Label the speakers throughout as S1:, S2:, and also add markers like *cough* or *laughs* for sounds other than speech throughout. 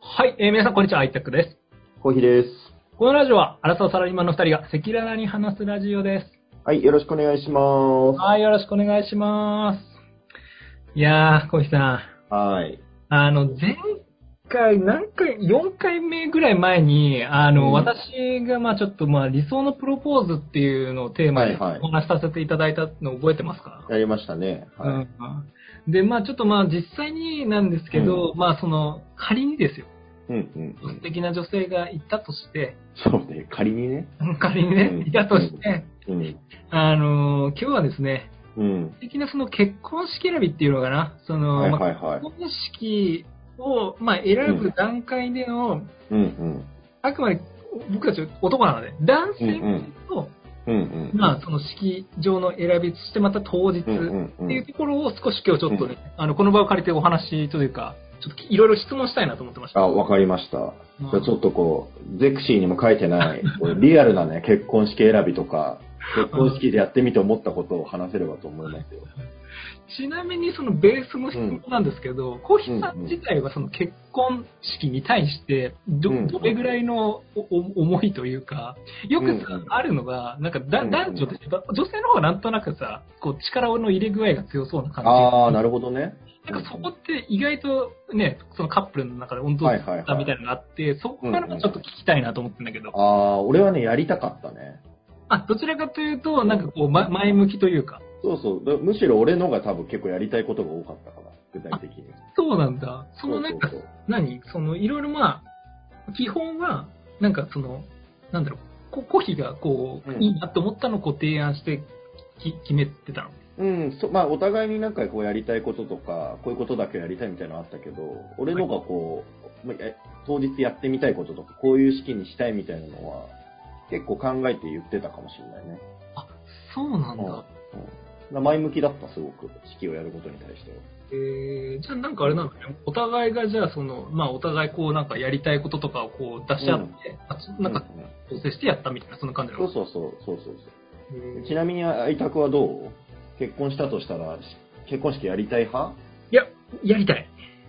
S1: はい、えー皆さん、こんにちは。アイタックです。
S2: コーヒーです。
S1: このラジオは、アラサーサラリーマンの二人が赤裸々に話すラジオです。
S2: はい、よろしくお願いしま
S1: はい、よろしくお願いします。いやー、コヒさ
S2: す。はい。
S1: ん、あの、前回、何回、4回目ぐらい前に、あの、
S2: うん
S1: 私が、まあちょっと、まあ理想のプロポーズっていうのをテーマに
S2: はいはい
S1: お話しさせていただいたの覚えてますか、
S2: やりましたね。はい。
S1: うん、で、まあちょっとまあ実際になんですけど、まあその、仮にですよ、
S2: うんうんう
S1: 素
S2: ん。
S1: 敵な女性がいたとして、
S2: そうね、仮にね。
S1: 仮にね
S2: う、ん
S1: いたとして、
S2: うん。
S1: あのー今日はですね、
S2: うん。
S1: 的なその結婚式選びっていうのかな、その、
S2: はい
S1: ま
S2: はい
S1: あ
S2: はい。
S1: 結婚式を、まあ、選ぶ段階での、
S2: うんうん。
S1: あくまで僕たち男なので、男性
S2: うんうん
S1: と、
S2: うんうん。
S1: まあ、その式場の選び、そしてまた当日っ
S2: うんうんう。
S1: ていうんところを少し今日ちょっとね、あのこの場を借りてお話というか、ちょっといろいろ質問したいなと思ってました。
S2: あ、わかりました。じゃあちょっとこう、ゼクシーにも書いてない、こうリアル
S1: *laughs*
S2: なね、結婚式選びとか、結婚式でやってみて思ったことを話せればと思いますよ。
S1: ちなみにそのベースの質問なんですけど、コヒさん自体はその結婚式に対してど、
S2: うんうん
S1: どれぐらいのおお思いというか、よくさ、
S2: うんうん
S1: あるのが、なんかだ、
S2: うんうん
S1: 男女で、女性の方がなんとなくさ、こう力の入れ具合が強そうな感
S2: あー、なるほどね。
S1: じ。なんかそこって意外とね、そのカップルの中で温度
S2: はいはいはい
S1: 差みたいなのがあって、そこからもちょっと聞きたいなと思ってんだけど、
S2: あー、俺はね、やりたかったね。
S1: あ、どちらかというと、なんかこう、ま、前向きというか、
S2: そうそう。だむしろ俺のが多分結構やりたいことが多かったから、具体的に。
S1: そうなんだ。そのなんか
S2: そうそう
S1: 何その、いろいろまあ、基本は、なんかその、なんだろう、こコヒがこう、
S2: うん
S1: いいなと思ったのをこう提案してき決めてたの。
S2: そううん、そまあ、お互いになんかこうやりたいこととか、こういうことだけやりたいみたいなのあったけど、俺のがこう、まあや当日やってみたいこととか、こういう式にしたいみたいなのは、結構考えて言ってたかもしれないね。
S1: そうなんだ。
S2: うんまあ前向きだった、すごく。式をやることに対しては。
S1: えー、じゃあなんかあれなのね、お互いがじゃあその、まあお互いこうなんかやりたいこととかをこう出し合って、あつなんか
S2: うう
S1: 調整してやったみたいな、そんな感じな
S2: そ
S1: の
S2: うそうそう、そうそうそう。ち
S1: えー
S2: なみに、愛宅はどう結婚したとしたら、し結婚式やりたい派
S1: やりたい。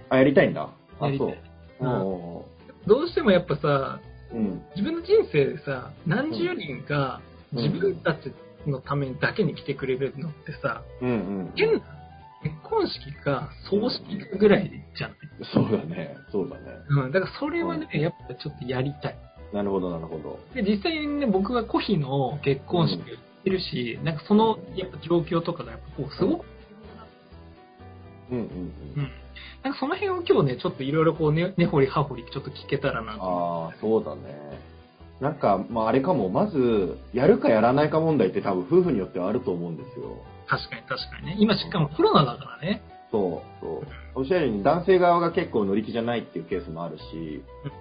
S2: あ、やりたいんだ。あ
S1: や、りた
S2: そ。
S1: いううんどうしてもやっぱさ、
S2: うん。うん。
S1: 自分の人生でさ、何十人が
S2: うん
S1: 自分たちのためにだけに来てくれるのってさ、
S2: うんうん。
S1: 変な結婚式か葬式かぐらいじゃない、
S2: そうだね。そうだね。
S1: うん、だからそれはね、やっぱちょっとやりたい。
S2: なるほど、なるほど。
S1: で、実際にね、僕がコヒの結婚式を行ってるし、なんかそのやっぱ状況とかがやっぱこう、すごく、
S2: うんうん
S1: う
S2: うん。
S1: ん。なんかその辺を今日ね、ちょっといろいろこうね、根掘り葉掘りちょっと聞けたらなと。
S2: ああ、そうだね。なんか、まああれかも、まず、やるかやらないか問題って多分夫婦によってはあると思うんですよ。
S1: 確かに確かにね。今しかもコロナだからね。
S2: そう、そう。おっしゃるように男性側が結構乗り気じゃないっていうケースもあるし、うん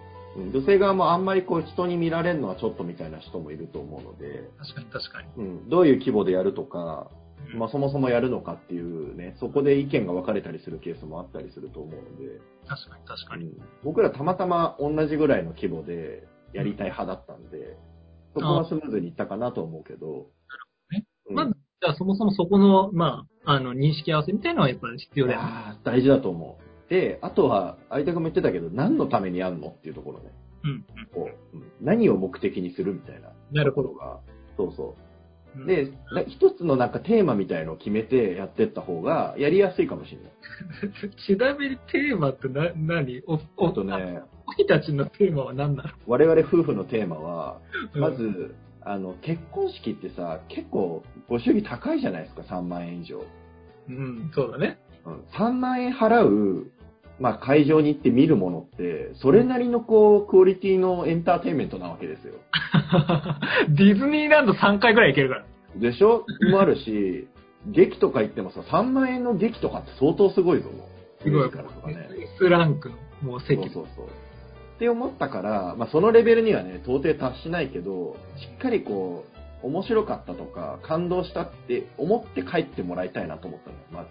S2: 女性側もあんまりこう人に見られるのはちょっとみたいな人もいると思うので、
S1: 確かに確かに。
S2: うん、どういう規模でやるとか、
S1: うん
S2: まあ、そもそもやるのかっていうね、そこで意見が分かれたりするケースもあったりすると思うので、
S1: 確かに確か
S2: う
S1: に。
S2: ん僕らたまたま同じぐらいの規模でやりたい派だったんで、そこはスムーズにいったかなと思うけど
S1: なる、
S2: うん
S1: まずじゃあそもそもそこの、まあ、あの、認識合わせみたいなのはやっぱり必要だよね。
S2: あー大事だと思う。で、あとは、相手がも言ってたけど、何のためにやるのっていうところね。
S1: うん、
S2: こううん何を目的にするみたいな
S1: うん。なるほ
S2: とこ
S1: ど。
S2: ろが、そうそうう。
S1: ん
S2: で、な一つのなんかテーマみたいのを決めてやってった方が、やりやすいかもしれない。
S1: ちなみにテーマってな何お、
S2: ちょ
S1: お、
S2: っとね、
S1: おひたちのテーマは何なの
S2: 我々夫婦のテーマは、
S1: う
S2: ま、
S1: ん
S2: ず、あの、結婚式ってさ、結構ご祝儀高いじゃないですか、3万円以上。
S1: うん、そうだね。 *laughs*
S2: うん、3万円払う、まあ、会場に行って見るものって、それなりのこう、クオリティのエンターテインメントなわけですよ。
S1: ディズニーランド3回ぐらい行けるから。
S2: でしょもある
S1: *laughs*
S2: し、劇とか行ってもさ、3万円の劇とかって相当すごいぞ、もう。
S1: すごい
S2: ミュージカルとかね。
S1: S ランクの、もう
S2: そ
S1: 席
S2: うそうそう。って思ったから、まあ、そのレベルにはね、到底達しないけど、しっかりこう、面白かったとか、感動したって思って帰ってもらいたいなと思ったのよ、ま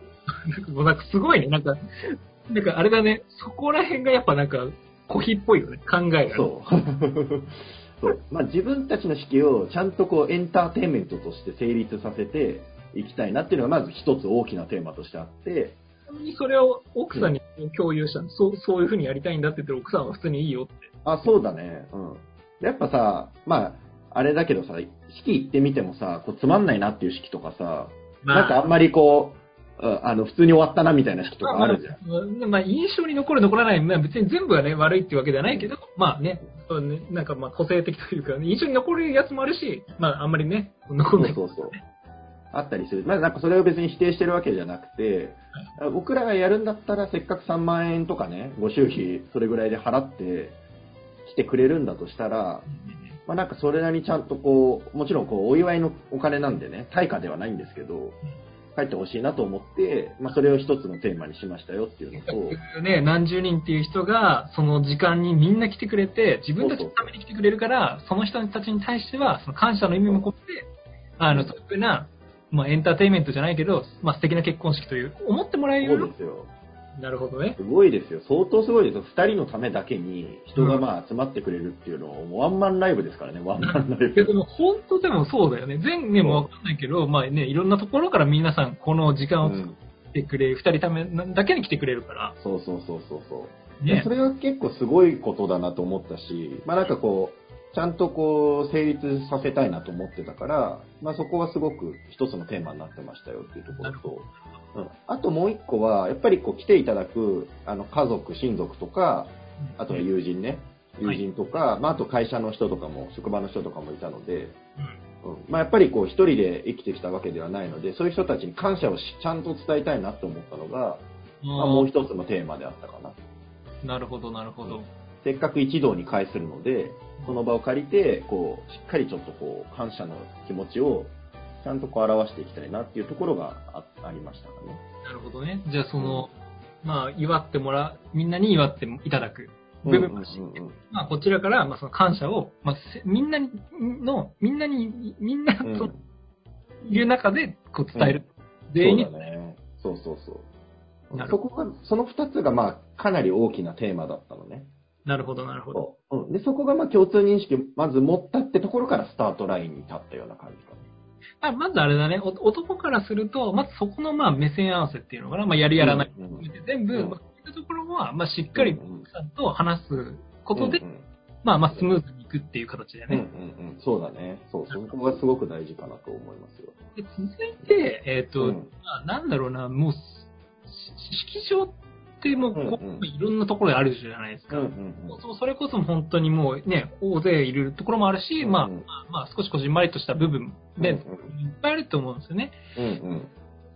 S1: な
S2: ず。
S1: んかもうなんかすごいね。なんか、なんかあれだね、そこら辺がやっぱなんか、コヒっぽいよね、考えが。
S2: そう。 *laughs* そうまあ、自分たちの式をちゃんとこうエンターテインメントとして成立させていきたいなっていうのがまず一つ大きなテーマとしてあって、
S1: 逆にそれを奥さんに共有したの、そうそういうふうにやりたいんだって言ってる奥さんは普通にいいよって。
S2: あ、そうだね。うん。やっぱさ、まあ、あれだけどさ、式行ってみてもさ、こうつまんないなっていう式とかさ、なんかあんまりこう、うんあの、普通に終わったなみたいな式とかあるじゃん。
S1: まあ、まあ印象に残る残らない、まあ、別に全部がね、悪いっていうわけではないけど、まあね、そうねなんかまあ個性的というか、印象に残るやつもあるし、まああんまりね、残
S2: そ
S1: んな
S2: う
S1: い。
S2: そうそう。あったりする。まあなんかそれを別に否定してるわけじゃなくて、僕らがやるんだったらせっかく3万円とかね、ご収費それぐらいで払って来てくれるんだとしたら、まあなんかそれなりにちゃんとこう、もちろんこうお祝いのお金なんでね、対価ではないんですけど、帰ってほしいなと思って、まあそれを一つのテーマにしましたよっていうのと、 *laughs*
S1: ね、何十人っていう人が、その時間にみんな来てくれて、自分たちのために来てくれるから、その人たちに対しては、その感謝の意味も込めて、あの、そういうふうな、まあエンターテインメントじゃないけど、まあ素敵な結婚式という、思ってもらえる
S2: そう
S1: よ
S2: ですよ。
S1: うなるほどね。
S2: すごいですよ。相当すごいですよ。二人のためだけに人がまあ集まってくれるっていうのを、もうワンマンライブですからね、ワンマンライ
S1: いや
S2: ブ。
S1: でも本当でもそうだよね。全年もわかんないけど、まあね、いろんなところから皆さんこの時間を
S2: う
S1: 作
S2: ん
S1: ってくれる、二、人ためだけに来てくれるから。
S2: そうそうそうそうそう。
S1: ね
S2: そ。れは結構すごいことだなと思ったし、まあなんかこう、ちゃんとこう、成立させたいなと思ってたから、まあそこはすごく一つのテーマになってましたよっていうところ
S1: なる
S2: と、うん、あともう一個は、やっぱりこう来ていただく、あの、家族、親族とか、あとは友人ね、
S1: は
S2: 友
S1: い
S2: 人とか、まああと会社の人とかも、職場の人とかもいたので、
S1: うん
S2: うんまあ、やっぱりこう一人で生きてきたわけではないので、そういう人たちに感謝をしちゃんと伝えたいなと思ったのが、まあ、もう一つのテーマであったかな。
S1: なるほど、なるほど。
S2: せっかく一堂に会するので、その場を借りて、こう、しっかりちょっとこう、感謝の気持ちを、ちゃんとこう表していきたいなっていうところがあありましたかね。
S1: なるほどね。じゃあその、まあ、祝ってもら、みんなに祝っていただく。
S2: う
S1: 部
S2: んうん
S1: 分
S2: うん
S1: もまあ、こちらから、まあ、その感謝を、まあ、せみんなにの、みんなに、みんな
S2: うん。
S1: という中で、こう伝える。全員に
S2: そうだね。そうそうそう
S1: な。る
S2: そこが、その二つがまあ、かなり大きなテーマだったのね。
S1: なるほど、なるほど。
S2: そううん、で、そこがまあ、共通認識をまず持ったってところからスタートラインに立ったような感じかな。
S1: あまずあれだね、お男からすると、まずそこのまあ目線合わせっていうのかな、まあ、やるやらない。
S2: うんうん
S1: 全部、
S2: うん
S1: まあ、こういったところは、まあ、しっかり
S2: うんうん
S1: 奥さんと話すことで、
S2: うんうん
S1: まあまあスムーズにいくっていう形だよ
S2: うん
S1: ね。
S2: うんうん、そうだね。そう、そこがすごく大事かなと思いますよ。
S1: で続いて、えっ、と、
S2: うん
S1: まあ、なんだろうな、もう、し式場ってもう、こ
S2: うんうん
S1: ういろんなところであるじゃないです
S2: う
S1: か。
S2: んうんうん
S1: そうそれこそ本当にもうね、大勢いるところもあるし、まあ、
S2: うんうん
S1: まあ、少しこじんまりとした部分で、
S2: うん
S1: いっぱいあると思うんですよね。
S2: うんうん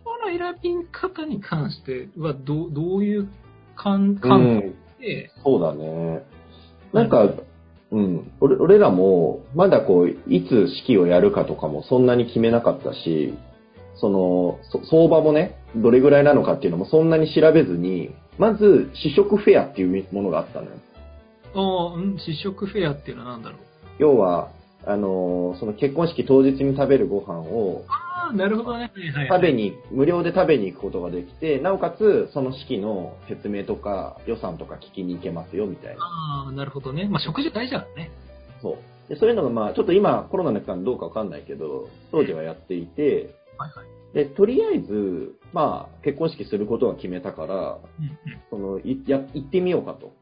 S1: この選び方に関してはどう、どういう感
S2: う
S1: 感
S2: ん、
S1: じで、
S2: そうだね。なんか、うん、俺俺らも、まだこう、いつ式をやるかとかもそんなに決めなかったし、その、そ相場もね、どれぐらいなのかっていうのもそんなに調べずに、まず、試食フェアっていうものがあったのよ。
S1: おーうん、試食フェアっていうのは何だろう。
S2: 要は、あのーその結婚式当日に食べるご飯を、
S1: ああ、なるほどね。はいはい、
S2: 食べに、無料で食べに行くことができて、なおかつ、その式の説明とか、予算とか聞きに行けますよ、みたいな。
S1: ああ、なるほどね。まあ、食事大事だからね。
S2: そう。で、そういうのがまあ、ちょっと今、コロナの期間どうかわかんないけど、当時はやっていて、
S1: はいはい。
S2: で、とりあえず、まあ、結婚式することは決めたから、
S1: うんうん。
S2: その、いや、行ってみようかと。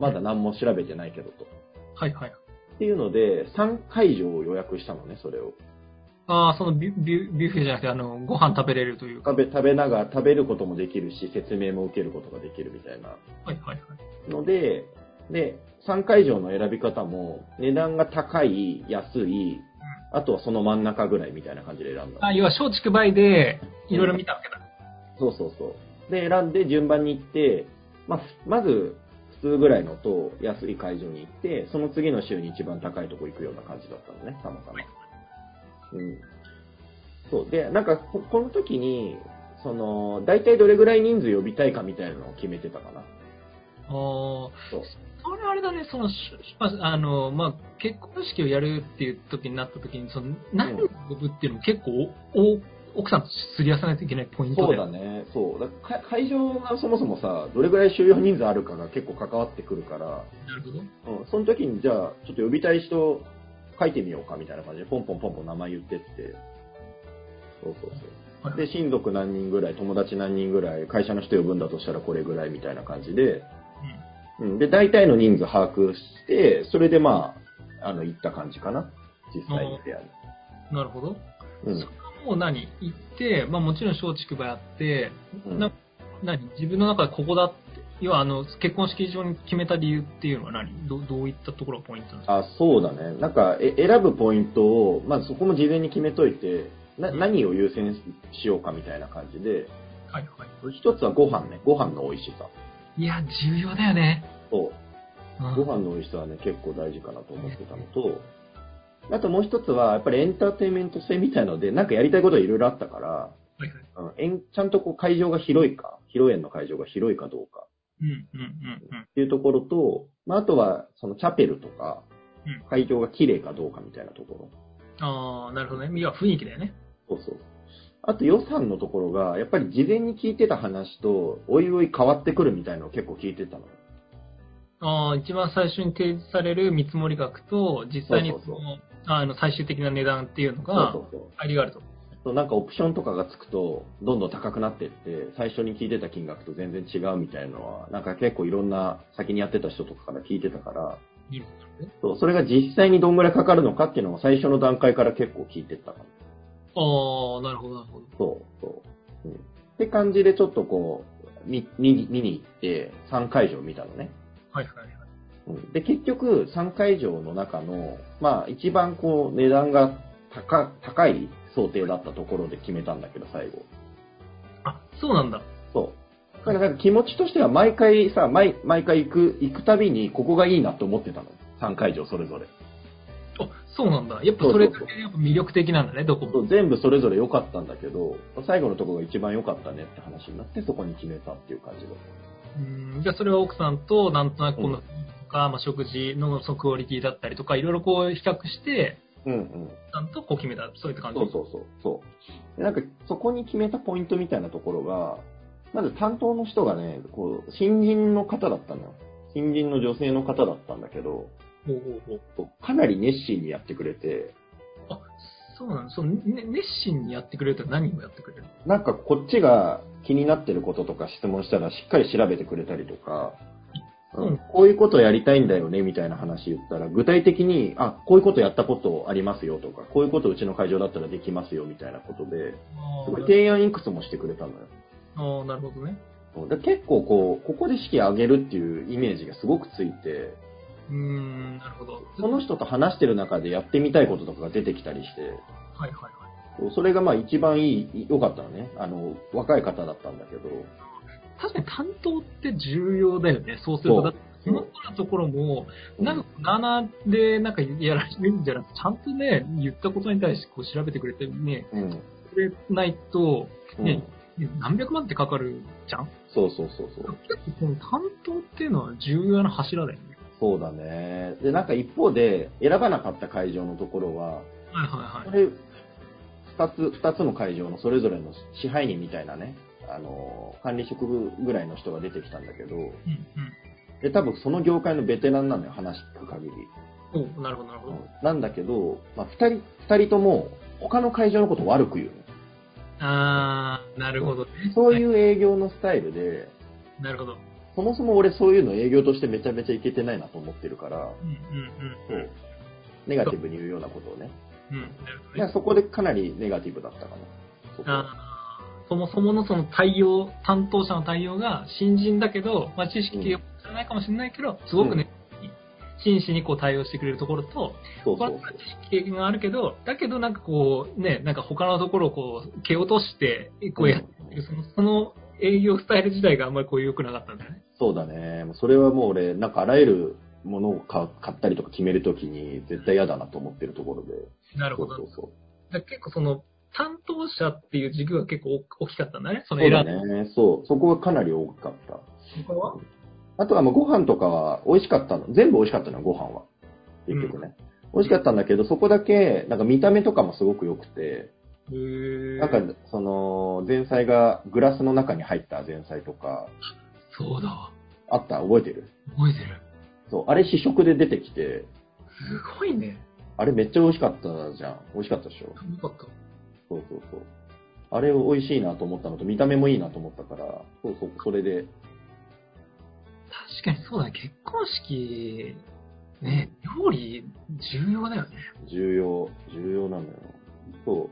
S2: まだ何も調べてないけどと。
S1: はいはい。
S2: っていうので、3会場を予約したのね、それを。
S1: ああ、そのビュビュビュッフェじゃなくて、あの、ご飯食べれるというか。
S2: 食べ、食べながら、食べることもできるし、説明も受けることができるみたいな。
S1: はいはいはい。
S2: ので、で、3会場の選び方も、値段が高い、安い、あとはその真ん中ぐらいみたいな感じで選んだの。
S1: あ要は松竹梅で、いろいろ見たわけだ。
S2: そうそうそう。で、選んで順番に行って、まあ、ふまず、普通ぐらいのと安い会場に行って、その次の週に一番高いとこ行くような感じだったのね、たまたま。うん。そう。で、なんか、ここの時に、その、大体どれぐらい人数呼びたいかみたいなのを決めてたかな。
S1: あー
S2: そう。
S1: それあれだね、その、しまあ、あの、まあ、結婚式をやるっていう時になった時に、その、何を呼ぶっていうのも結構お、お奥さんとすり合わせないといけないポイント
S2: そう
S1: で。
S2: だね、そう。だか会場がそもそもさ、どれぐらい収容人数あるかが結構関わってくるから、
S1: なるほど。
S2: うん、その時にじゃあ、ちょっと呼びたい人書いてみようかみたいな感じで、ポンポンポンポン名前言ってって。そうそうそう。
S1: はい
S2: で、親族何人ぐらい、友達何人ぐらい、会社の人呼ぶんだとしたらこれぐらいみたいな感じで、うん、で、大体の人数把握して、それでまあ、あの、行った感じかな。実際にフェアに。
S1: うんなるほど。
S2: うん。
S1: もう何行って、まあもちろん松竹梅あって、
S2: うん
S1: な何自分の中でここだって、要はあの、結婚式場に決めた理由っていうのは何どどういったところがポイントなんですか
S2: あ、そうだね。なんか、え選ぶポイントを、まあそこも事前に決めといて、な何を優先しようかみたいな感じで、
S1: はいは
S2: 一つはご飯ね。ご飯の美味しさ。
S1: い。いや、重要だよね。
S2: そう。
S1: うん
S2: ご飯の美味しさはね、結構大事かなと思ってたのと、あともう一つは、やっぱりエンターテインメント性みたいので、なんかやりたいこといろいろあったから、
S1: はいはい。
S2: うん、えんちゃんとこう会場が広いか、披露宴の会場が広いかどうか
S1: うんうんうんうん。
S2: っていうところと、まあ、あとは、そのチャペルとか
S1: うん、
S2: 会場が綺麗かどうかみたいなとこ
S1: ああ、なるほどね。いや、雰囲気だよね。
S2: ろ。そうそう。あと予算のところが、やっぱり事前に聞いてた話と、おいおい変わってくるみたいのを結構聞いてたの。
S1: ああ、一番最初に提示される見積もり額と、実際にその
S2: そうそう
S1: あの最終的な値段っていうの
S2: そう
S1: が、
S2: そうそう。
S1: 入りがあると。
S2: そうなんかオプションとかがつくと、どんどん高くなってって、最初に聞いてた金額と全然違うみたいなのは、なんか結構いろんな先にやってた人とかから聞いてたから、
S1: いいね
S2: そう、それが実際にどんぐらいかかるのかっていうのも最初の段階から結構聞いてったから。
S1: ああ、なるほど、なるほど。
S2: そう、そう。うん、って感じでちょっとこう、見、見見に行って、3会場見たのね。
S1: はいはいはい。
S2: うん、で、結局、3会場の中の、まあ、一番こう、値段が高、高い想定だったところで決めたんだけど、最後。
S1: あ、そうなんだ。
S2: そう。だからなんか気持ちとしては毎回さ、毎毎回行く、行くたびにここがいいなと思ってたの。3会場それぞれ。
S1: あ、そうなんだ。やっぱそれだ
S2: そうそう
S1: けやっぱ魅力的なんだね、どこ
S2: そ
S1: も。
S2: う全部それぞれ良かったんだけど、最後のとこが一番良かったねって話になって、そこに決めたっていう感じだっ
S1: うん。じゃあそれは奥さんと、なんとなくこの、とか、まあ、食事のそのクオリティだったりとか、いろいろこう比較して、
S2: た。うんうん。
S1: ちゃんとこう決めた。そういった感じ。
S2: そうそうそう。そう。でなんかそこに決めたポイントみたいなところが、まず担当の人がね、こう、新人の方だったのよ。新人の女性の方だったんだけど、
S1: ほうほうほう
S2: こうかなり熱心にやってくれて、
S1: あ、そうなんだ。その、ね、熱心にやってくれるって何をやってくれるの
S2: なんかこっちが気になってることとか質問したらしっかり調べてくれたりとか、
S1: うん
S2: うんこういうことやりたいんだよねみたいな話言ったら、具体的に、あ、こういうことやったことありますよとか、こういうことうちの会場だったらできますよみたいなことで、
S1: あ
S2: すごい
S1: ー
S2: 提案いくつもしてくれたのよ。
S1: あー、なるほどね。
S2: うんで結構こう、ここで式上げるっていうイメージがすごくついて、
S1: うーん、なるほど。
S2: その人と話してる中でやってみたいこととかが出てきたりして、
S1: はいはいはい。
S2: それがまあ一番いい、良かったのね。あの、若い方だったんだけど、
S1: 確かに担当って重要だよね、そうすると。
S2: そ
S1: だ
S2: う
S1: ってそのようなところも、なんか、ななで、なんかやられるんじゃなくて、ちゃんとね、言ったことに対してこう調べてくれてね、
S2: うん。
S1: くれないと、
S2: うん
S1: ねね何百万ってかかるじゃん
S2: そうそうそうそう。
S1: 結構この担当っていうのは重要な柱だよね。
S2: そうだね。で、なんか一方で、選ばなかった会場のところは、
S1: はいはい
S2: こ
S1: はい。
S2: れ、二つ、二つの会場のそれぞれの支配人みたいなね、あの、管理職部ぐらいの人が出てきたんだけど、
S1: うん
S2: で、多分その業界のベテランなのよ、話聞く限り。
S1: うん。おなるほどなるほ
S2: う
S1: ど。
S2: んなんだけど、まあ、二人、二人とも、他の会場のことを悪く言うの。
S1: あー、なるほどね。。
S2: そういうう営業のスタイルで、
S1: なるほど。
S2: そもそも俺そういうの営業としてめちゃめちゃいけてないなと思ってるから、
S1: うんうんうん。
S2: ネガティブに言うようなことをね。
S1: うん。なるほど
S2: いや
S1: ね。
S2: そこでかなりネガティブだったかな。そこ
S1: あーそもそものその対応、担当者の対応が新人だけど、まあ、知識を知らないかもしれないけど、すごくね、真摯にこう対応してくれるところと、
S2: そう
S1: これ
S2: そう
S1: は知識があるけど、だけどなんかこう、ね、なんか他のところをこう、蹴落として、こ
S2: そうう。
S1: やってる、その、その営業スタイル自体があんまりこう良くなかったんだね。
S2: そうだね。それはもう俺、なんかあらゆるものを買買ったりとか決めるときに絶対嫌だなと思ってるところで。
S1: なる
S2: そ
S1: ほど。
S2: うそ
S1: だ
S2: うそう。
S1: から結構その、担当者っていう軸が結構大きかったんだね。その
S2: そう
S1: 選
S2: だ
S1: ぶ
S2: ね。そう。そこがかなり多かった。
S1: ところは。
S2: あとはもうご飯とかは美味しかったの。全部美味しかったのよ、ご飯は。結局ね。美味しかったんだけど、そこだけ、なんか見た目とかもすごく良くて、
S1: へー
S2: なんか、その、前菜がグラスの中に入った前菜とか、
S1: そうだわ。
S2: あった覚えてる
S1: 覚えてる。
S2: そう、あれ試食で出てきて、
S1: すごいね。
S2: あれめっちゃ美味しかったじゃん。美味しかったでしょ。
S1: よかった。
S2: そうそうそう。あれ美味しいなと思ったのと、見た目もいいなと思ったから、そうそう、それで。
S1: 確かにそうだね、結婚式、ね、料理重要だよね。
S2: 重要、重要なのよ。そ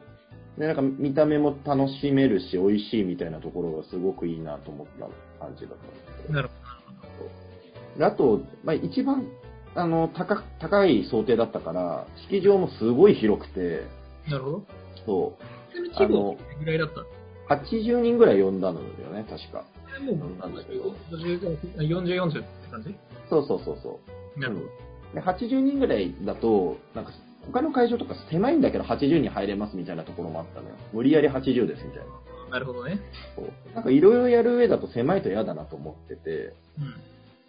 S2: う。で、なんか見た目も楽しめるし、美味しいみたいなところがすごくいいなと思った感じだったんで
S1: なるほ
S2: であと、まあ、一番、あの、高、高い想定だったから、式場もすごい広くて、
S1: ど。なるほど。
S2: そ
S1: ちなみに規模はどれぐらいだったの
S2: う、80人ぐらい呼んだのよね、確か。
S1: もう50 40、40って感じ
S2: そうそうそうそう。
S1: なるほど。
S2: で80人ぐらいだと、なんか他の会場とか狭いんだけど80人入れますみたいなところもあったのよ。無理やり80ですみたいな。
S1: なるほどね。
S2: そうなんかいろいろやる上だと狭いと嫌だなと思ってて、
S1: うん。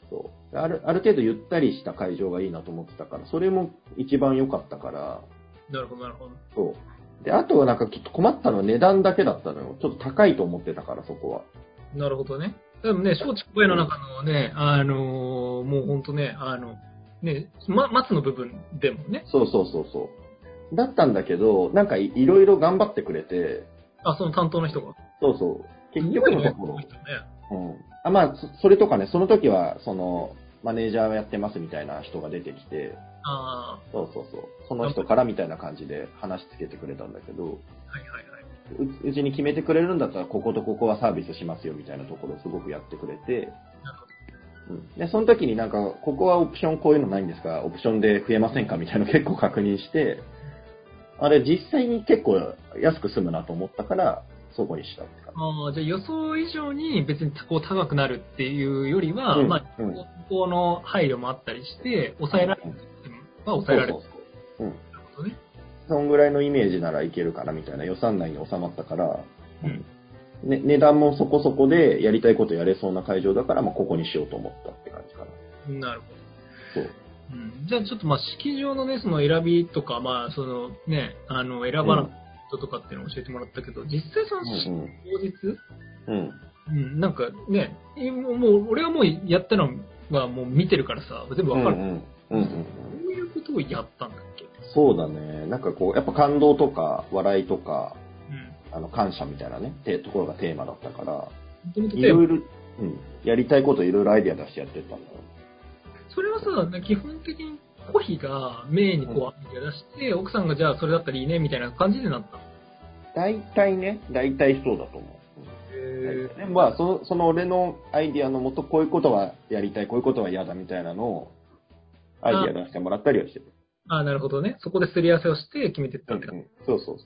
S2: そうあるある程度ゆったりした会場がいいなと思ってたから、それも一番良かったから、
S1: なるほど、なるほど。
S2: そう。で、あとはなんかちょっと困ったのは値段だけだったのよ。ちょっと高いと思ってたから、そこは。
S1: なるほどね。でもね、松竹梅の中のね、あのーもうほんとね、あの、ね、ま、松の部分でもね、
S2: そうそうそうそう。だったんだけど、なんかいいろいろ頑張ってくれて、
S1: あ、その担当の人が。
S2: そうそう。結局のところ
S1: ね、
S2: うんあまあ、そそれとかね、その時は、その、マネージャーをやってますみたいな人が出てきて、
S1: あ
S2: そうそうそう、その人からみたいな感じで話しつけてくれたんだけど、
S1: あ、はいはいはい。
S2: ううちに決めてくれるんだったら、こことここはサービスしますよみたいなところをすごくやってくれて、
S1: なるほど。
S2: うん、で、その時になんか、ここはオプションこういうのないんですかオプションで増えませんかみたいなの結構確認して、あれ実際に結構安く済むなと思ったから、そこにしたって感じ。
S1: ああ、じゃあ予想以上に別にこう高くなるっていうよりは、
S2: うん
S1: まあ、
S2: うん
S1: ここの配慮もあったりして、抑えられる部分は抑えられる
S2: そう
S1: って
S2: そうそう。うん。
S1: ことね。
S2: そんぐらいのイメージならいけるかなみたいな予算内に収まったから、
S1: うん
S2: ね、値段もそこそこでやりたいことやれそうな会場だから、まあ、ここにしようと思ったって感じかな。
S1: なるほど。
S2: そう。
S1: うんじゃあちょっとまあ式場のね、その選びとか、まあそのね、あの選ばなかった人とかっていうのを教えてもらったけど、実際その式
S2: うん
S1: 当日、
S2: うん。うん。
S1: うん、なんかね、えもうもう俺はもうやったのはもう見てるからさ、全部わかる。
S2: う
S1: ど
S2: んうんうんうん。
S1: ういうことをやったんだっけ
S2: そうだね。なんかこう、やっぱ感動とか、笑いとか、
S1: うん。
S2: あの、感謝みたいなね、てところがテーマだったから、
S1: でも
S2: い
S1: 例えば
S2: ろいろ、うん、やりたいこといろいろアイディア出してやってったんだよ。
S1: それはさ、基本的にコヒがメインにこうアイデア出して、奥さんがじゃあそれだったらいいねみたいな感じになったの。
S2: 大体ね、大体そうだと思う。うん
S1: へ
S2: でまあそのその俺のアイディアのもとこういうことはやりたいこういうことは嫌だみたいなのをアイディア出してもらったりはしてる、
S1: ああ、なるほどね。そこですり合わせをして決めてったんだ
S2: うんそうそうそ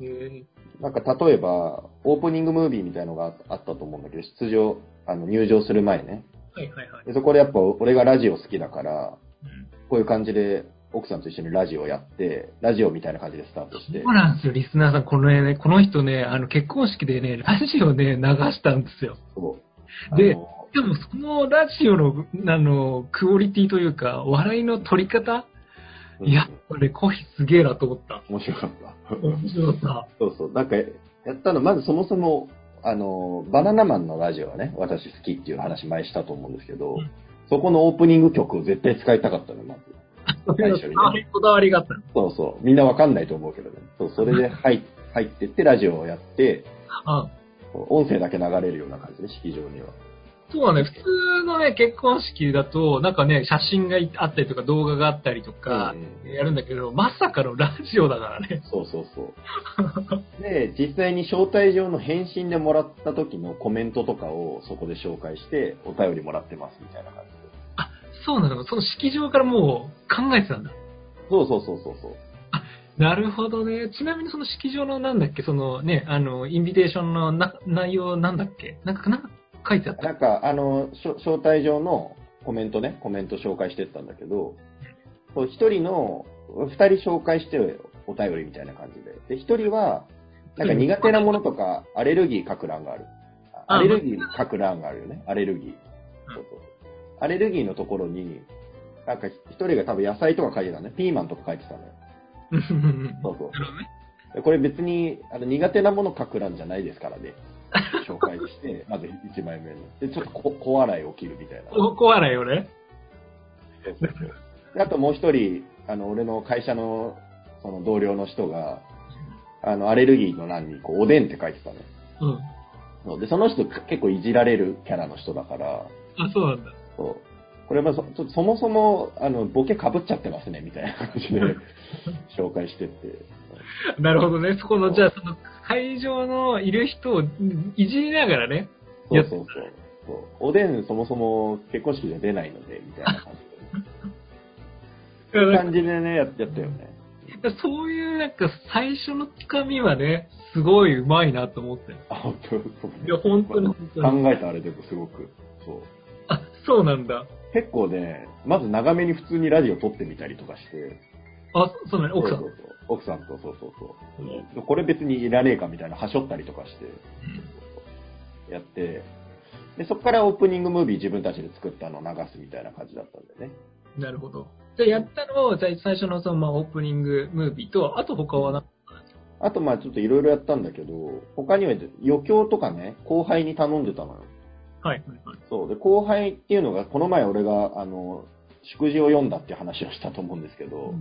S2: う
S1: へえ
S2: なんか例えばオープニングムービーみたいのがああったと思うんだけど出場あの入場する前ね
S1: はいはいはい。
S2: でそこでやっぱ俺がラジオ好きだから
S1: うん
S2: こういう感じで奥さんと一緒にラジオやってラジオみたいな感じでスタートして
S1: そうなんですよ、リスナーさん。このね、この人ね、あの、結婚式でね、ラジオね、流したんですよ。
S2: そう
S1: で
S2: あの
S1: でも、そのラジオの、あの、クオリティというか、笑いの取り方、
S2: うん
S1: いや、これ、コヒすげえなと思った。
S2: 面白かった
S1: 面白かっ
S2: そうそう。なんか、やったの、まずそもそも、あの、バナナマンのラジオはね、私好きっていう話前したと思うんですけど、
S1: うん
S2: そこのオープニング曲を絶対使いたかったの、まず。
S1: た。
S2: 最初にね
S1: あれこだわりがあったの。
S2: そうそう。みんなわかんないと思うけどね。そう、それ
S1: *laughs*
S2: で入入ってってラジオをやって、
S1: あ
S2: 音声だけ流れるような感じね、式場には。
S1: そうだね、普通のね、結婚式だと、なんかね、写真があったりとか、動画があったりとか
S2: う、ん
S1: やるんだけど、まさかのラジオだからね。
S2: そうそうそう。で、実際に招待状の返信でもらった時のコメントとかをそこで紹介して、お便りもらってますみたいな感じで。
S1: そうなの、その式場からもう考えてたんだ。
S2: そうそうそうそうそう。
S1: なるほどね。ちなみにその式場のなんだっけ、そのね、あの、インビテーションのな内容なんだっけなんか、なんか書いてあ
S2: *laughs*
S1: った。
S2: なんか、あの、しょ招待状のコメントね、コメント紹介してったんだけど、こう一人の、二人紹介してお便りみたいな感じで。で、一人は、なんか苦手なものとか、アレルギー書く欄がある。あ
S1: あ
S2: アレルギー書く欄があるよね、アレルギー。そうそうアレルギーのところに、なんか一人が多分野菜とか書いてたね、ピーマンとか書いてたのよ。
S1: うんうんうん
S2: そうそう。
S1: なるほどね
S2: これ別にあの苦手なもの書く欄じゃないですか
S1: *laughs*
S2: らね。紹介して、まず1枚目の。で、ちょっと小小笑い起きるみたいな。
S1: こ壊ないよね。
S2: であともう一人、あの、俺の会社の、その同僚の人が、あの、アレルギーの欄に、こう、おでんって書いてたのよ
S1: うん。
S2: そう。で、その人結構いじられるキャラの人だから、
S1: あ、そうなんだ。
S2: そう。これはそ、ちょっとそもそも、あの、ボケ被っちゃってますね、みたいな感
S1: *laughs*
S2: じで紹介してって。
S1: なるほどね。そこの、じゃあ、その、会場のいる人をうんいじりながらね。
S2: そうそうそう。そうおでんそもそも結婚式じゃ出ないので、みたいな感じで。そういう *laughs* 感じでね、ややったよね。
S1: そういう、なんか、最初のつかみはね、すごい上手いなと思って。
S2: あ、本当
S1: いや、本当に本当に。
S2: 考えたあれでもすごく。そう。
S1: あ、そうなんだ。
S2: 結構ね、まず長めに普通にラジオ撮ってみたりとかして。
S1: あ、そうなの、奥さん
S2: そう。そうそう奥さんとそうそう
S1: うん
S2: そう。これ別にいらねえかみたいな、はしょったりとかして。
S1: う
S2: やって、で、そこからオープニングムービー自分たちで作ったのを流すみたいな感じだったんでね。
S1: んなるほど。じゃあ、やったのを、じゃあ、最初のその、まあ、オープニングムービーと、あと他はな、
S2: あとまあちょっといろいろやったんだけど、他には余興とかね、後輩に頼んでたのよ。
S1: はい、はい、はい。
S2: そう。で、後輩っていうのが、この前俺が、あの、祝辞を読んだっていう話をしたと思うんですけど、
S1: うんうんうん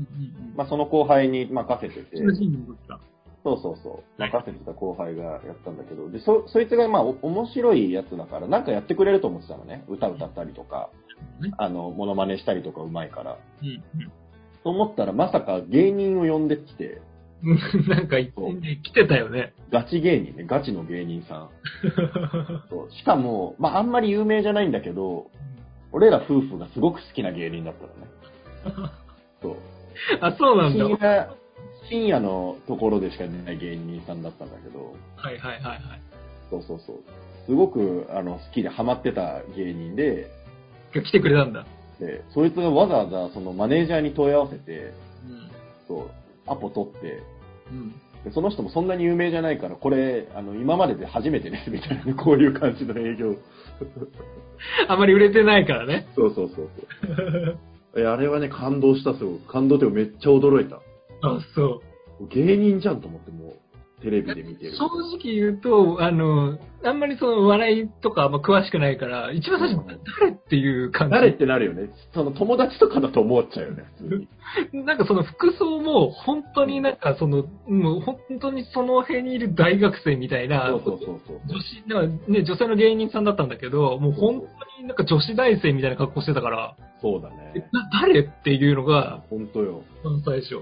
S2: まあその後輩に任せてて、
S1: 中心に戻った。
S2: そうそうそう、
S1: はい
S2: 任せてた後輩がやったんだけど、で、そ、そいつがまあお面白いやつだから、なんかやってくれると思ってたのね。歌歌ったりとか、
S1: ね
S2: あの、モノマネしたりとかうまいから。
S1: うん
S2: と思ったら、まさか芸人を呼んできて、
S1: うん。 *laughs* なんか、一本で来てたよ *laughs* ね。
S2: ガチ芸人ね、ガチの芸人さん。そうしかも、まあ、あんまり有名じゃないんだけど、俺ら夫婦がすごく好きな芸人だったのね。
S1: *laughs*
S2: そう。
S1: あ、そうなんだ。
S2: 深
S1: は
S2: 夜、深夜のところでしか出ない芸人さんだったんだけど、
S1: い、はい、はい、はい。
S2: そうそうそう。すごく、あの、好きでハマってた芸人で、
S1: が来てくれたんだ。
S2: で、そいつがわざわざそのマネージャーに問い合わせて、
S1: うん。
S2: そう、アポ取って、
S1: うん。
S2: でその人もそんなに有名じゃないから、これ、あの、今までで初めてです、 *laughs* みたいな、こういう感じの営業。
S1: あまり売れてないからね。
S2: そうそうそう
S1: *laughs*
S2: そう。え、あれはね、感動した、すごく。感動っていうかめっちゃ驚いた。
S1: あ、そう。
S2: 芸人じゃんと思って、もう、テレビで見てる。
S1: 正直言うと、あの、あんまりその笑いとかあんま詳しくないから、一番最初
S2: うん、
S1: 誰っていう感じ。
S2: 誰ってなるよね。その友達とかだと思っちゃうよね、普通に。
S1: なんかその服装も、本当になんかその、もう本当にその辺にいる大学生みたいな、
S2: そうそうそうそう。
S1: 女子、なんかね、女性の芸人さんだったんだけど、もう本当になんか女子大生みたいな格好してたから、
S2: そうだ
S1: え
S2: ね。
S1: な誰っていうのが、
S2: 本当よ。
S1: 最初。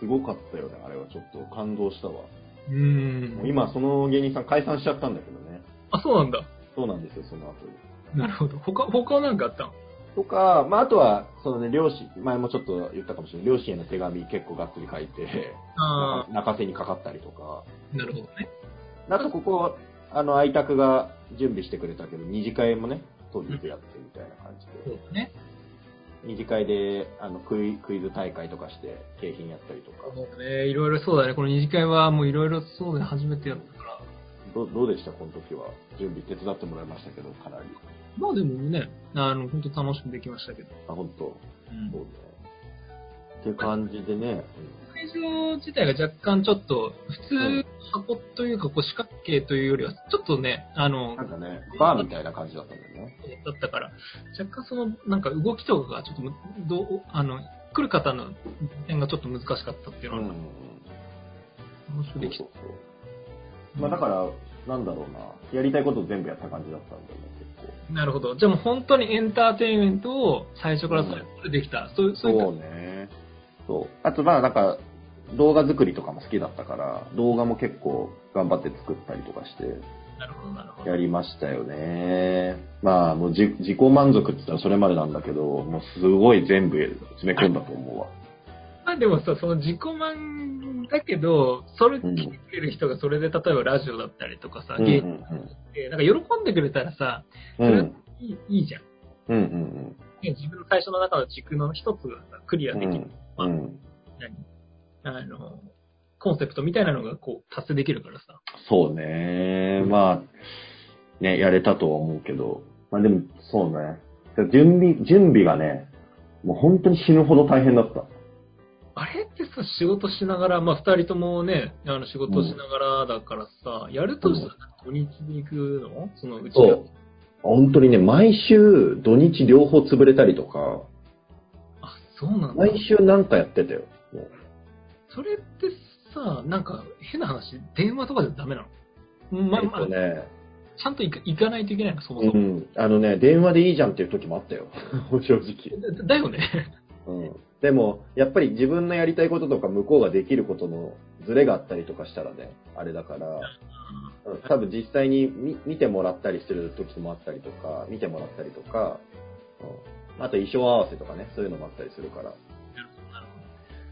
S2: すごかったよね、あれは。ちょっと感動したわ。
S1: う。
S2: もうん今、その芸人さん解散しちゃったんだけどね。
S1: あ、そうなんだ。
S2: そうなんですよ、その後に。
S1: なるほど。他、他はなんかあったの
S2: とか、まあ、あとは、そのね、両親、前もちょっと言ったかもしれない、両親への手紙結構がっつり書いて、
S1: あ
S2: 泣かせにかかったりとか、
S1: あ、なるほどね。
S2: あとここ、あの、愛宅が準備してくれたけど、二次会もね、当日やってみたいな感じ
S1: そ
S2: で、
S1: うだね。
S2: 二次会で、あの、クイクイズ大会とかして、景品やったりとか、
S1: そうだね。いろいろそうだね。この二次会はもういろいろそうで初めてやったから。
S2: どどうでした、この時は。準備手伝ってもらいましたけど、かなり。
S1: まあでもね、あの、本当楽しくできましたけど。
S2: あ、本当
S1: うん
S2: そうね。っていう感じでね、
S1: 会場自体が若干ちょっと、普
S2: うん
S1: 通箱というか、こう四角形というよりは、ちょっとね、あ
S2: う
S1: の、
S2: ん
S1: だ
S2: なんかね、バーみたいな感じだったんだよね。
S1: ったから、若干その、なんか動きとかがちょっとむ、どう、あの、来る方の点がちょっと難しかったっていうのは、
S2: ん
S1: 面白いできた。
S2: そうそうそうまあだから、なんだろうな、やりたいことを全部やった感じだったんだよね、結
S1: なるほど。じゃあもう本当にエンターテインメントを最初から最後までできた。そうそう
S2: 構。
S1: いう、
S2: うね。そう。あと、まあなんか、動画作りとかも好きだったから、動画も結構頑張って作ったりとかして、
S1: なるほど、なるほど
S2: や。りましたよね。まあ、もうじ自己満足って言ったらそれまでなんだけど、もうすごい全部詰め込んだと思うわ。
S1: まあでもさ、その自己満だけど、それ聞いてくれる人がそれで例えばラジオだったりとかさ、
S2: うんう
S1: ゲーム
S2: ん
S1: でなんか喜んでくれたらさ、
S2: うん。うん。
S1: いいいいじゃん。
S2: うんうん
S1: ね自分の最初の中の軸の一つがさ、クリア
S2: うん。
S1: でき
S2: う
S1: る、
S2: ん。うん。
S1: あの、コンセプトみたいなのがこう達成できるからさ。
S2: そうね。まあ、ね、やれたとは思うけど。まあでも、そうね。準備、準備がね、もう本当に死ぬほど大変だった。
S1: あれってさ、仕事しながら、まあ二人ともね、あの仕事しながらだからさ、やるとしたら土日に行くのそのうちが
S2: そう。本当にね、毎週土日両方潰れたりとか、
S1: あ、そうなんだ。
S2: 毎週なんかやってたよ。もう
S1: それってさ、さ、なんか変な話、電話とかじゃダメなのまあ、
S2: えっ
S1: まあ
S2: と、ね、
S1: ちゃんと行か行かないといけないの、そもそも
S2: う。ん。あのね、電話でいいじゃんっていう時もあったよ。 *laughs* 正直。
S1: だだよね。
S2: うん。でも、やっぱり自分のやりたいこととか向こうができることのズレがあったりとかしたらね、あれだから、うん、多分実際に見見てもらったりする時もあったりとか、見てもらったりとか、うん、あと衣装合わせとかね、そういうのもあったりするから。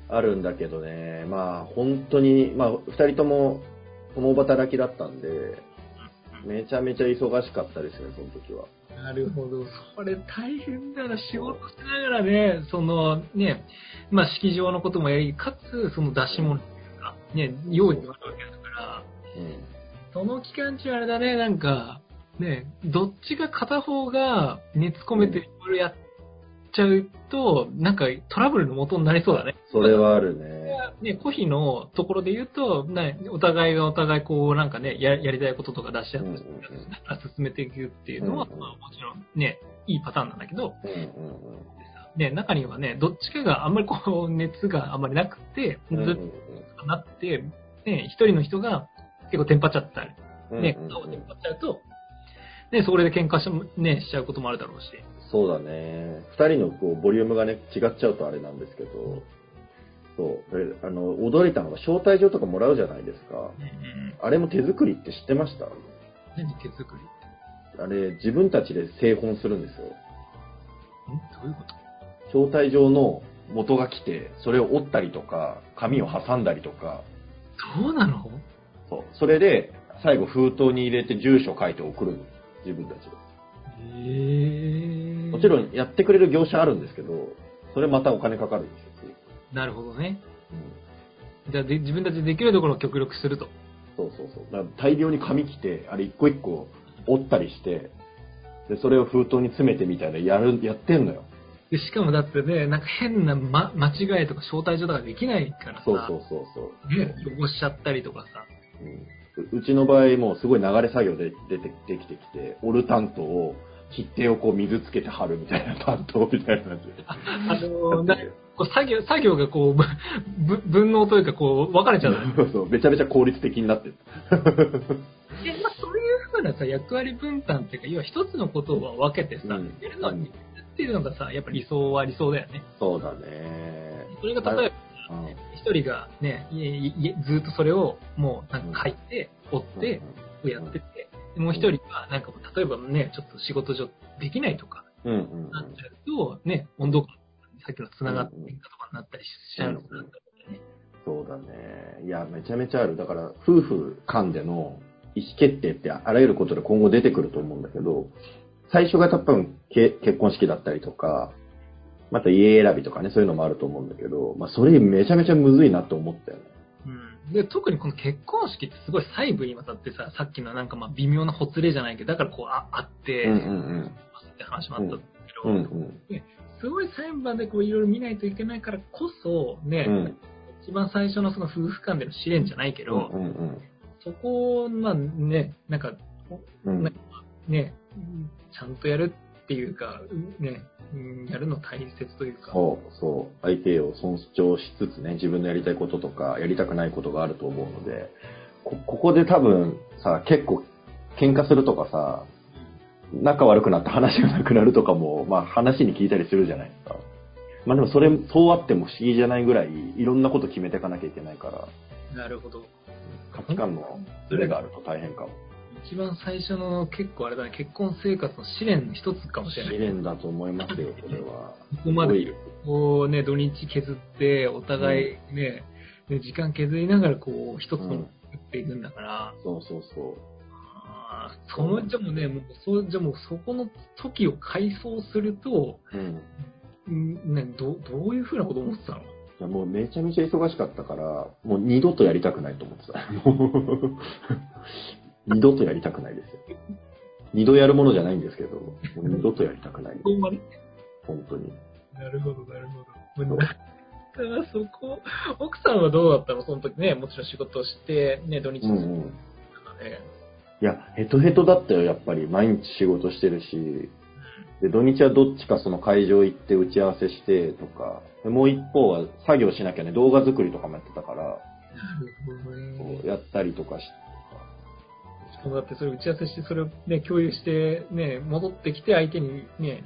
S2: あるんだけどね、まあ本当に、まあ二人とも共働きだったんで、めちゃめちゃ忙しかったですね、その時は。
S1: なるほど。それ大変だな。仕事しながらね、そのね、まあ式場のこともやり、かつその出し物というか、ね、用意があるわけだから、
S2: うん。
S1: その期間中あれだね、なんか、ね、どっちが片方が熱込めていろいろやっちゃうと、なんかトラブルの元になりそうだね。
S2: それはあるね。
S1: ね、コヒのところで言うと、ね、お互いがお互いこうなんかね、ややりたいこととか出し合
S2: う
S1: っ
S2: んうん
S1: て、進めていくっていうのは、
S2: うんうん
S1: まあもちろんね、いいパターンなんだけど、
S2: うん。うんうんうん。
S1: ね、中にはね、どっちかがあんまりこう、熱があんまりなくて、ず
S2: う
S1: っ
S2: んうん
S1: となって、ね、一人の人が結構テンパっちゃったり、
S2: うん
S1: ね
S2: うんう、ん
S1: 顔をテンパっちゃうと、ね、そこで喧嘩し,、ね、しちゃうこともあるだろうし、
S2: そうだね。二人のこうボリュームがね、違っちゃうとあれなんですけど、そう。であの、驚いたのが招待状とかもらうじゃないですか。あれも手作りって知ってました
S1: 何手作り
S2: あれ、自分たちで製本するんですよ。
S1: んどういうこと
S2: 招待状の元が来て、それを折ったりとか、紙を挟んだりとか、
S1: そうなの
S2: そう。それで、最後封筒に入れて住所書いて送るの。自分たちで。
S1: えー、
S2: もちろ
S1: ん。
S2: んやってくれる業者あるんですけど、それまたお金かかるんですよ。
S1: なるほどね。
S2: うん
S1: じゃあで自分たちでできるところを極力すると。
S2: そうそうそう。だから大量に紙切って、あれ一個一個折ったりして、で、それを封筒に詰めてみたいな、やる、やってんのよ。
S1: でしかもだってね、なんか変な、ま、間違いとか招待状とかできないからさ、
S2: そうそうそうそう。
S1: ね、汚しちゃったりとかさ、
S2: うんううちの場合、もうすごい流れ作業で出てできてきて、折る担当を、切手をこう水つけて貼るみたいな担当みたいな感じで。
S1: あのなこう作業作業がこうぶぶ分能というかこう分かれちゃうのね
S2: *laughs* そうそう、めちゃめちゃ効率的になってる。
S1: で、まあ、そういうふうなさ役割分担っていうか要は一つのことを分けてさ、
S2: うん
S1: やるのは似てるっていうのがさやっぱ理想は理想だよね
S2: そうだね。
S1: それが例えば
S2: うん
S1: 一人がねいいいずっとそれをもうなんか書いて追って、
S2: うん
S1: やっててでもう一人がなんかもう例えばねちょっと仕事上できないとか
S2: うんうん
S1: なっちゃうとね温度感さっきのつながって
S2: うんうん
S1: いくとかになったりしちゃうのかなと思ってね、
S2: そうだね。いや、めちゃめちゃある。だから、夫婦間での意思決定ってあらゆることで今後出てくると思うんだけど、最初が多分け結婚式だったりとか、また家選びとかね、そういうのもあると思うんだけど、まあ、それめちゃめちゃむずいなと思ったよね。
S1: うんで特にこの結婚式ってすごい細部にわたってささっきのなんかまあ微妙なほつれじゃないけどだからこうああって、
S2: うんうん
S1: って話もあったんだけ
S2: う
S1: ど、
S2: ん。うん
S1: すごい裁判でこういろいろ見ないといけないからこそね、
S2: うん。うん
S1: 一番最初のその夫婦間での試練じゃないけ
S2: う
S1: ど、
S2: んうん
S1: そこをまあねなんか
S2: うん。うん
S1: ねちゃんとやるっていうかねうんやるの大切というか
S2: そうそう。相手を尊重しつつね、自分のやりたいこととか、やりたくないことがあると思うので、こここで多分さ、結構喧嘩するとかさ、仲悪くなって話がなくなるとかも、まあ話に聞いたりするじゃないですか。まあでもそれ、そうあっても不思議じゃないぐらい、いろんなこと決めていかなきゃいけないから、
S1: なるほど
S2: 価値観のズレがあると大変かも。
S1: 一番最初の結構あれだね結婚生活の試練の一つかもしれない
S2: 試練だと思いますよ、これは。
S1: ここまです
S2: ごい
S1: こうね、土日削って、お互いね、ね時間削りながら、こう、一つ *laughs*
S2: う
S1: の
S2: ん
S1: 作っていくんだから、
S2: そうそうそう。
S1: あーその、じゃもうね、もう、そう、じゃもう、そこの時を回想すると、
S2: うん。
S1: んね、どうどういうふうなこと思ってたの
S2: いやもうめちゃめちゃ忙しかったから、もう二度とやりたくないと思ってた。 *laughs* もう二度とやりたくないですよ。二度やるものじゃないんですけど、もう二度とやりたくない。
S1: ほんまに。
S2: 本当に。
S1: なるほど、なるほど。もうだからそこ、奥さんはどうだったのその時ね、もちろん仕事をして、ね、土日
S2: う
S1: の
S2: ん
S1: 中で、
S2: うん。いや、ヘトヘトだったよ、やっぱり。毎日仕事してるし。で、土日はどっちかその会場行って打ち合わせしてとか、でもう一方は作業しなきゃね、動画作りとかもやってたから、
S1: なるほど
S2: こ
S1: ね
S2: う。やったりとかし
S1: そうだってそれ打ち合わせして、それをね、共有して、ね、戻ってきて相手にね、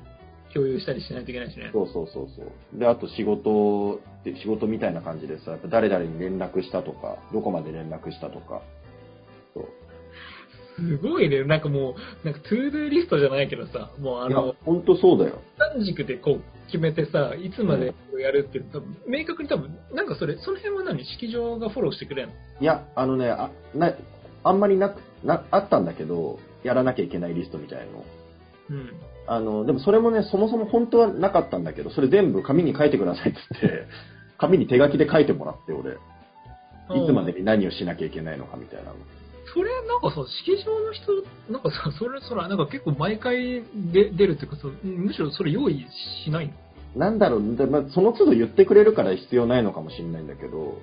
S1: 共有したりしないといけないしね。
S2: そうそうそうそう。で、あと仕事って、仕事みたいな感じでさ、やっぱ誰々に連絡したとか、どこまで連絡したとか、そう。
S1: すごいね、なんかもう、なんかトゥードゥーリストじゃないけどさ、もうあ
S2: いや
S1: の、、
S2: ほんとそうだよ。
S1: 短軸でこう決めてさ、いつまでやるっていう、多分明確に多分、なんかそれ、その辺は何式場がフォローしてくれんの
S2: いや、あのね、あ、な、あんまりなく、な、あったんだけど、やらなきゃいけないリストみたいの。
S1: うん。
S2: あの、でもそれもね、そもそも本当はなかったんだけど、それ全部紙に書いてくださいっつ
S1: *laughs*
S2: って、紙に手書きで書いてもらって、俺。いつまでに何をしなきゃいけないのかみたいなの。
S1: それなんかさ、式場の人、なんかさ、それ、そら、なんか結構毎回で出るっていうかさ、むしろそれ用意しないの
S2: なんだろう、でまあ、その都度言ってくれるから必要ないのかもしれないんだけど、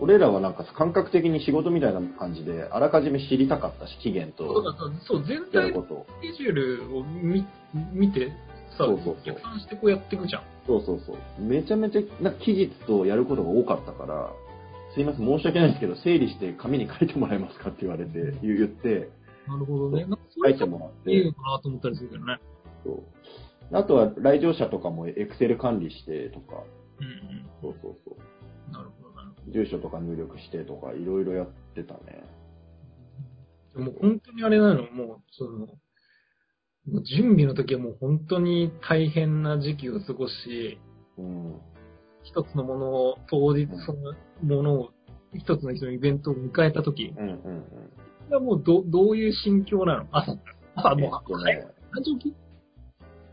S2: 俺らはなんか感覚的に仕事みたいな感じで、あらかじめ知りたかったし、期限
S1: そうだ
S2: と、
S1: そう、全
S2: や
S1: 体
S2: るこ
S1: の
S2: とを。
S1: スケジュールを見見てさ、
S2: そうそうそう
S1: 逆算してこうやっていくじゃん。
S2: そうそうそう。めちゃめちゃ、なんか期日とやることが多かったから、すいません、申し訳ないんですけど、整理して紙に書いてもらえますかって言われて、言言って、
S1: なるほどね。なんかそ
S2: 書
S1: れ
S2: いて
S1: が
S2: もらっ
S1: いい
S2: て、
S1: のかなと思ったりするけどね。
S2: そうあとは来場者とかも Excel 管理してとか、
S1: うん
S2: そうそうそう。
S1: うん。なるほど、なるほ
S2: 住所とか入力してとか、いろいろやってたね。
S1: ど。もう本当にあれなの、もう、その、もう準備の時はもう本当に大変な時期を過ごし、
S2: うん。
S1: 一つのものを、当日そのものを、一つの人のイベントを迎えた時
S2: うんうんうん。
S1: これはもうど、どういう心境なの朝。朝もう、
S2: えっと
S1: 早い
S2: ね、
S1: 何時起き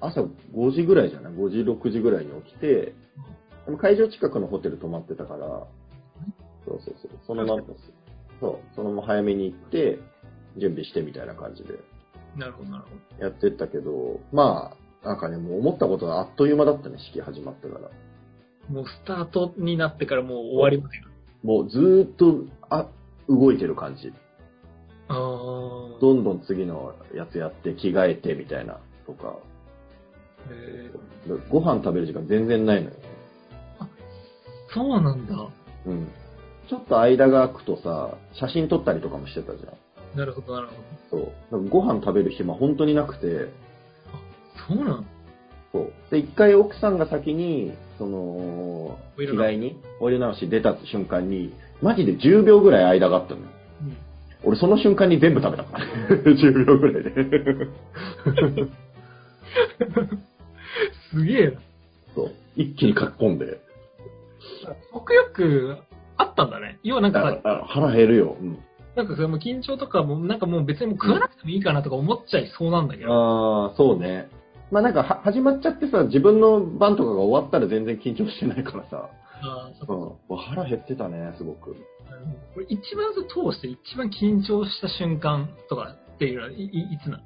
S2: 朝5時ぐらいじゃない ?5 時、6時ぐらいに起きて、でも会場近くのホテル泊まってたから、そうそうそう、そのまま、そう、そのまま早めに行って、準備してみたいな感じで
S1: なるほど、なるほど。
S2: やってったけど、まあ、なんかね、もう思ったことがあっという間だったね、式始まってから。
S1: もうスタートになってからもう終わりまでよ。
S2: もうずーっと、あ、動いてる感じ。
S1: あー
S2: どんどん次のやつやって、着替えてみたいな、とか。
S1: へー
S2: ご飯食べる時間全然ないのよ。
S1: そうなんだ。
S2: うん。ちょっと間が空くとさ、写真撮ったりとかもしてたじゃん。
S1: なるほど、なるほど。
S2: そう。だからご飯食べる暇本当になくて、
S1: そうなの
S2: そう。で、一回奥さんが先に、その、
S1: お
S2: 着
S1: 色直し
S2: 替えに、お色直し出た瞬間に、マジで10秒ぐらい間があったのよ。
S1: うん。
S2: 俺その瞬間に全部食べたから。10秒ぐらいで。 *laughs*
S1: すげえな。
S2: そう。一気にかっこんで。
S1: 食欲あったんだね。要はなんか
S2: あ
S1: さ、
S2: あ腹減るよ。うん。
S1: なんかそれも緊張とかも、なんかもう別にもう食わなくてもいいかなとか思っちゃいそうなんだけど。
S2: ああ、そうね。まあなんかは始まっちゃってさ、自分の番とかが終わったら全然緊張してないからさ。
S1: あーそっ
S2: う
S1: か
S2: ん。うわ腹減ってたね、すごく。
S1: これ一番そう通して一番緊張した瞬間とかっていうのはい、いいつな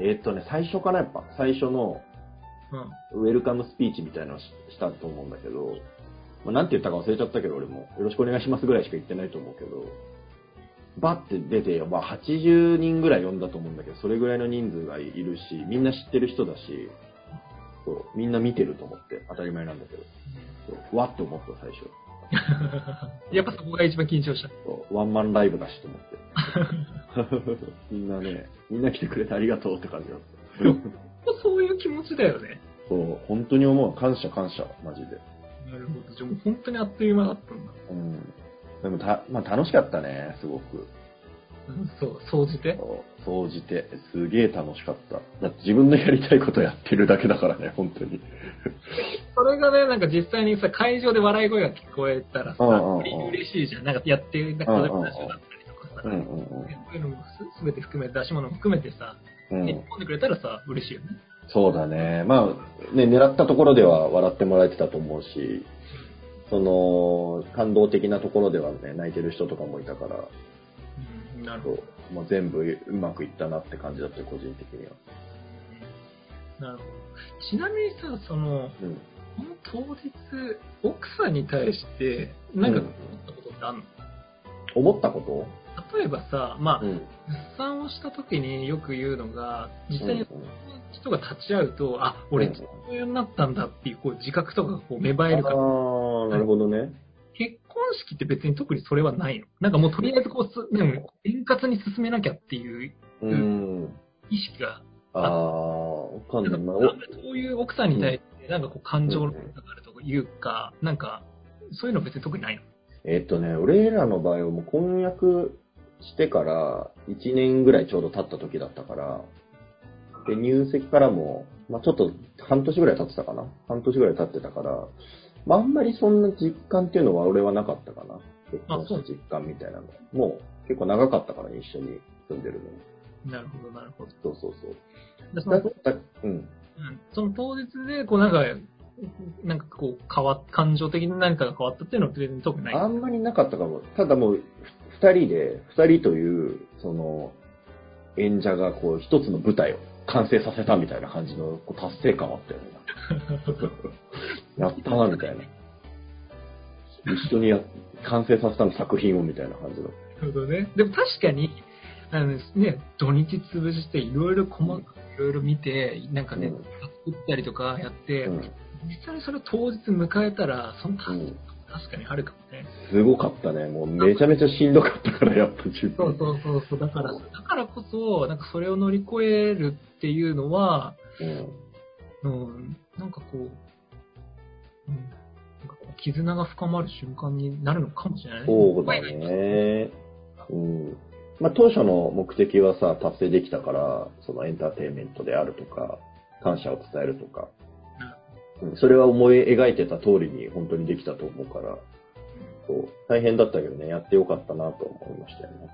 S2: えーっとね、最初かな、やっぱ。最初の、
S1: の
S2: ウェルカムスピーチみたいなのをししたと思うんだけど、まあ、なんて言ったか忘れちゃったけど、俺も、よろしくお願いしますぐらいしか言ってないと思うけど、バッて出て、まあ、80人ぐらい呼んだと思うんだけど、それぐらいの人数がいるし、みんな知ってる人だし、そうみんな見てると思って、当たり前なんだけど、そうわって思った最初
S1: うん。やっぱそこが一番緊張した。
S2: そう。ワンマンライブだしと思って。みんなね、みんな来てくれてありがとうって感じだった。
S1: そういう気持ちだよね。
S2: そう、本当に思う。感謝感謝、マジで。
S1: なるほど。じゃあもう本当にあっという間だったんだ。
S2: うん。でもた、まあ、楽しかったね、すごく。
S1: うん、そう、総じて。
S2: 総じて、すげえ楽しかった。だって自分のやりたいことやってるだけだからね、本当に。
S1: それがね、なんか実際にさ、会場で笑い声が聞こえたらさ、
S2: うんうんうん
S1: 嬉しいじゃん。なんかやってる、なんか例えばラジオだったりとかさ、
S2: うん
S1: ね
S2: うん
S1: そういうのもすべて含めて、出し物も含めてさ、
S2: うん。う
S1: 喜
S2: ん、
S1: んでくれたらさ、嬉しいよね。
S2: そうだね。まあ、ね、狙ったところでは笑ってもらえてたと思うし、その、感動的なところではね、泣いてる人とかもいたから、
S1: うん、なるほ
S2: そ
S1: ど。
S2: う、もう全部うまくいったなって感じだったよ、個人的には。
S1: なるほど。ちなみにさ、その、
S2: うん。
S1: この当日、奥さんに対して、なんか
S2: うん
S1: 思ったことってあるの、
S2: 思ったこ
S1: 例えばさ、まあ、
S2: とうん。
S1: 出産をした時によく言うのが、実際に
S2: うんうん
S1: 人が立ち会うと、あ、俺、
S2: うん
S1: 父親になったんだっていうこう自覚とかがこう芽生
S2: あ
S1: えるから、
S2: ーなるほどね。
S1: 結婚方式って別に特にそれはないの。なんかもうとりあえずこうす、でも円滑に進めなきゃっていう
S2: うん。
S1: 意識が、
S2: ああ、わかん
S1: なん
S2: な
S1: か
S2: い。まあ、
S1: そういう奥さんに対して、なんかこう感情があるというか、なんか、そういうの別に特にないの。
S2: えっとね、俺らの場合はもう婚約してから1年ぐらいちょうど経った時だったから、で、入籍からも、まあちょっと半年ぐらい経ってたかな。半年ぐらい経ってたから、まああんまりそんな実感っていうのは俺はなかったかな。結婚した実感みたいなの。もう結構長かったから一緒に住んでるのに。
S1: なるほど、なるほど。
S2: そうそうそう。
S1: でそ
S2: だ
S1: の
S2: った、うん。
S1: うんその当日で、こうなんか、なんかこう変わっ、感情的に何かが変わったっていうのは別に特にない。
S2: あ
S1: あ
S2: んまりなかったかも。ただもう、ふ二人で、二人という、その、演者がこう、一つの舞台を完成させたみたいな感じのこう達成感はあったよね。
S1: *laughs*
S2: やったな、みたいな。一緒にや完成させたの作品をみたいな感じの。
S1: なるほどね。でも確かに、あのね、土日潰して、いろいろ細かくいろいろ見て、なんかね、
S2: うん
S1: 作ったりとかやって、
S2: うん
S1: 実際にそれを当日迎えたら、その達
S2: う
S1: 成
S2: ん
S1: 確かにあるかもね。
S2: すごかったね。もうめちゃめちゃしんどかったから、やっぱ自
S1: そう
S2: 分。
S1: そうそうそう、だから、だからこそ、なんかそれを乗り越えるっていうのは、
S2: うん
S1: うん、なんかこう、うん、なんかこう絆が深まる瞬間になるのかもしれない。
S2: そうだね。うん。まあ、当初の目的はさ、達成できたから、そのエンターテインメントであるとか、感謝を伝えるとか、うん、それは思い描いてた通りに本当にできたと思うから、そう大変だったけどね、やってよかったなと思いましたよね。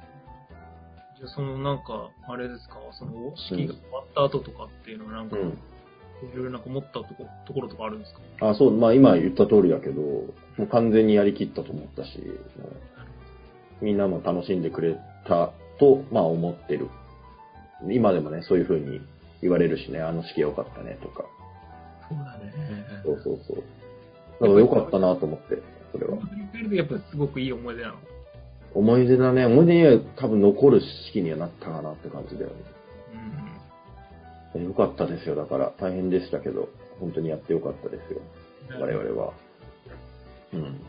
S1: じゃあそのなんか、あれですか、その式が終わった後とかっていうのはなんか、いろいろなんか思ったとこところとかあるんですか
S2: あ、そう、まあ今言った通りだけど、もう完全にやりきったと思ったし、もうみんなも楽しんでくれたと、まあ思ってる。今でもね、そういう風に言われるしね、あの式良かったねとか。
S1: そうだね。
S2: そうそうそう。だから良かったなと思って、それは。
S1: 振り返るとやっぱりすごくいい思い出なの。
S2: 思い出だね。思い出には多分残る式にはなったかなって感じだよね。
S1: うん。
S2: 良かったですよ、だから。大変でしたけど、本当にやって良かったですよ、我々は。うん。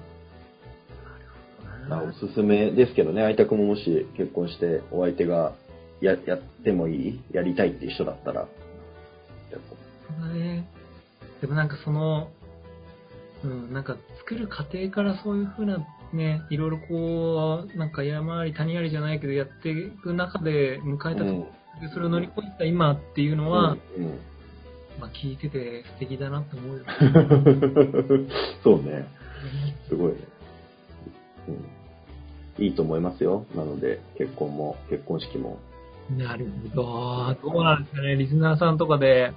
S2: まあ、おすすめですけどね、相田君ももし結婚してお相手がややってもいいやりたいって人だったら。
S1: そうだね。でもなんかその、うん、なんか作る過程からそういうふうなね、いろいろこう、なんか山あり谷ありじゃないけどやっていく中で迎えた、
S2: うん
S1: でそれを乗り越えた今っていうのは、
S2: うんうん
S1: まあ聞いてて素敵だなって思うよ。
S2: *laughs* そうね。すごいね。うん。いいと思いますよ。なので、結婚も、結婚式も。
S1: *laughs* なるほど。どうなんですかね、リスナーさんとかで、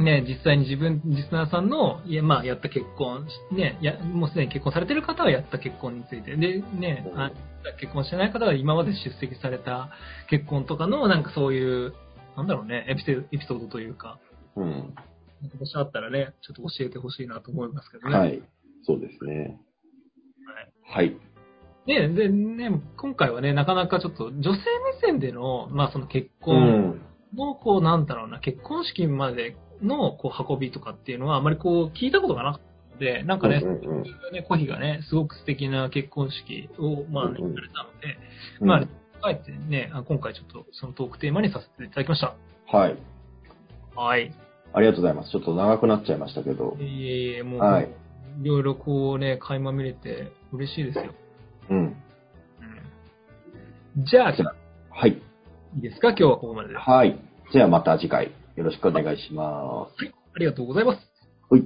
S1: ね、実際に自分、リスナーさんの、いや、まあ、やった結婚、ね、や、もうすでに結婚されてる方はやった結婚について、で、ね、
S2: うん
S1: あ結婚してない方は今まで出席された結婚とかの、なんかそういう、なんだろうね、エピソードエピソードというか、
S2: うん。
S1: なんかもしあったらね、ちょっと教えてほしいなと思いますけどね。
S2: はい。そうですね。はい。
S1: で、で、ね、今回はね、なかなかちょっと女性目線での、まあその結
S2: う
S1: 婚、
S2: ん。
S1: の、こう、なんだろうな、結婚式までの、こう、運びとかっていうのは、あまりこう、聞いたことがなかったので、なんかね、
S2: う
S1: そ
S2: ん
S1: う
S2: うんうん
S1: いうね、コヒがね、すごく素敵な結婚式を、まあ、ね、
S2: うんうん
S1: されたので、
S2: うん
S1: まあ、あえてね、あ今回ちょっと、そのトークテーマにさせていただきました。
S2: はい。
S1: はい。
S2: ありがとうございます。ちょっと長くなっちゃいましたけど。
S1: ええもう、
S2: はい
S1: い、ろいろこうね、垣間見れて、嬉しいですよ。
S2: うん。
S1: うん。じゃあ、い
S2: じゃあはい。
S1: いですか今日はここまでです。は
S2: はい。じゃあまた次回よろしくお願いしま
S1: い。ありがとうございます。
S2: す。はい。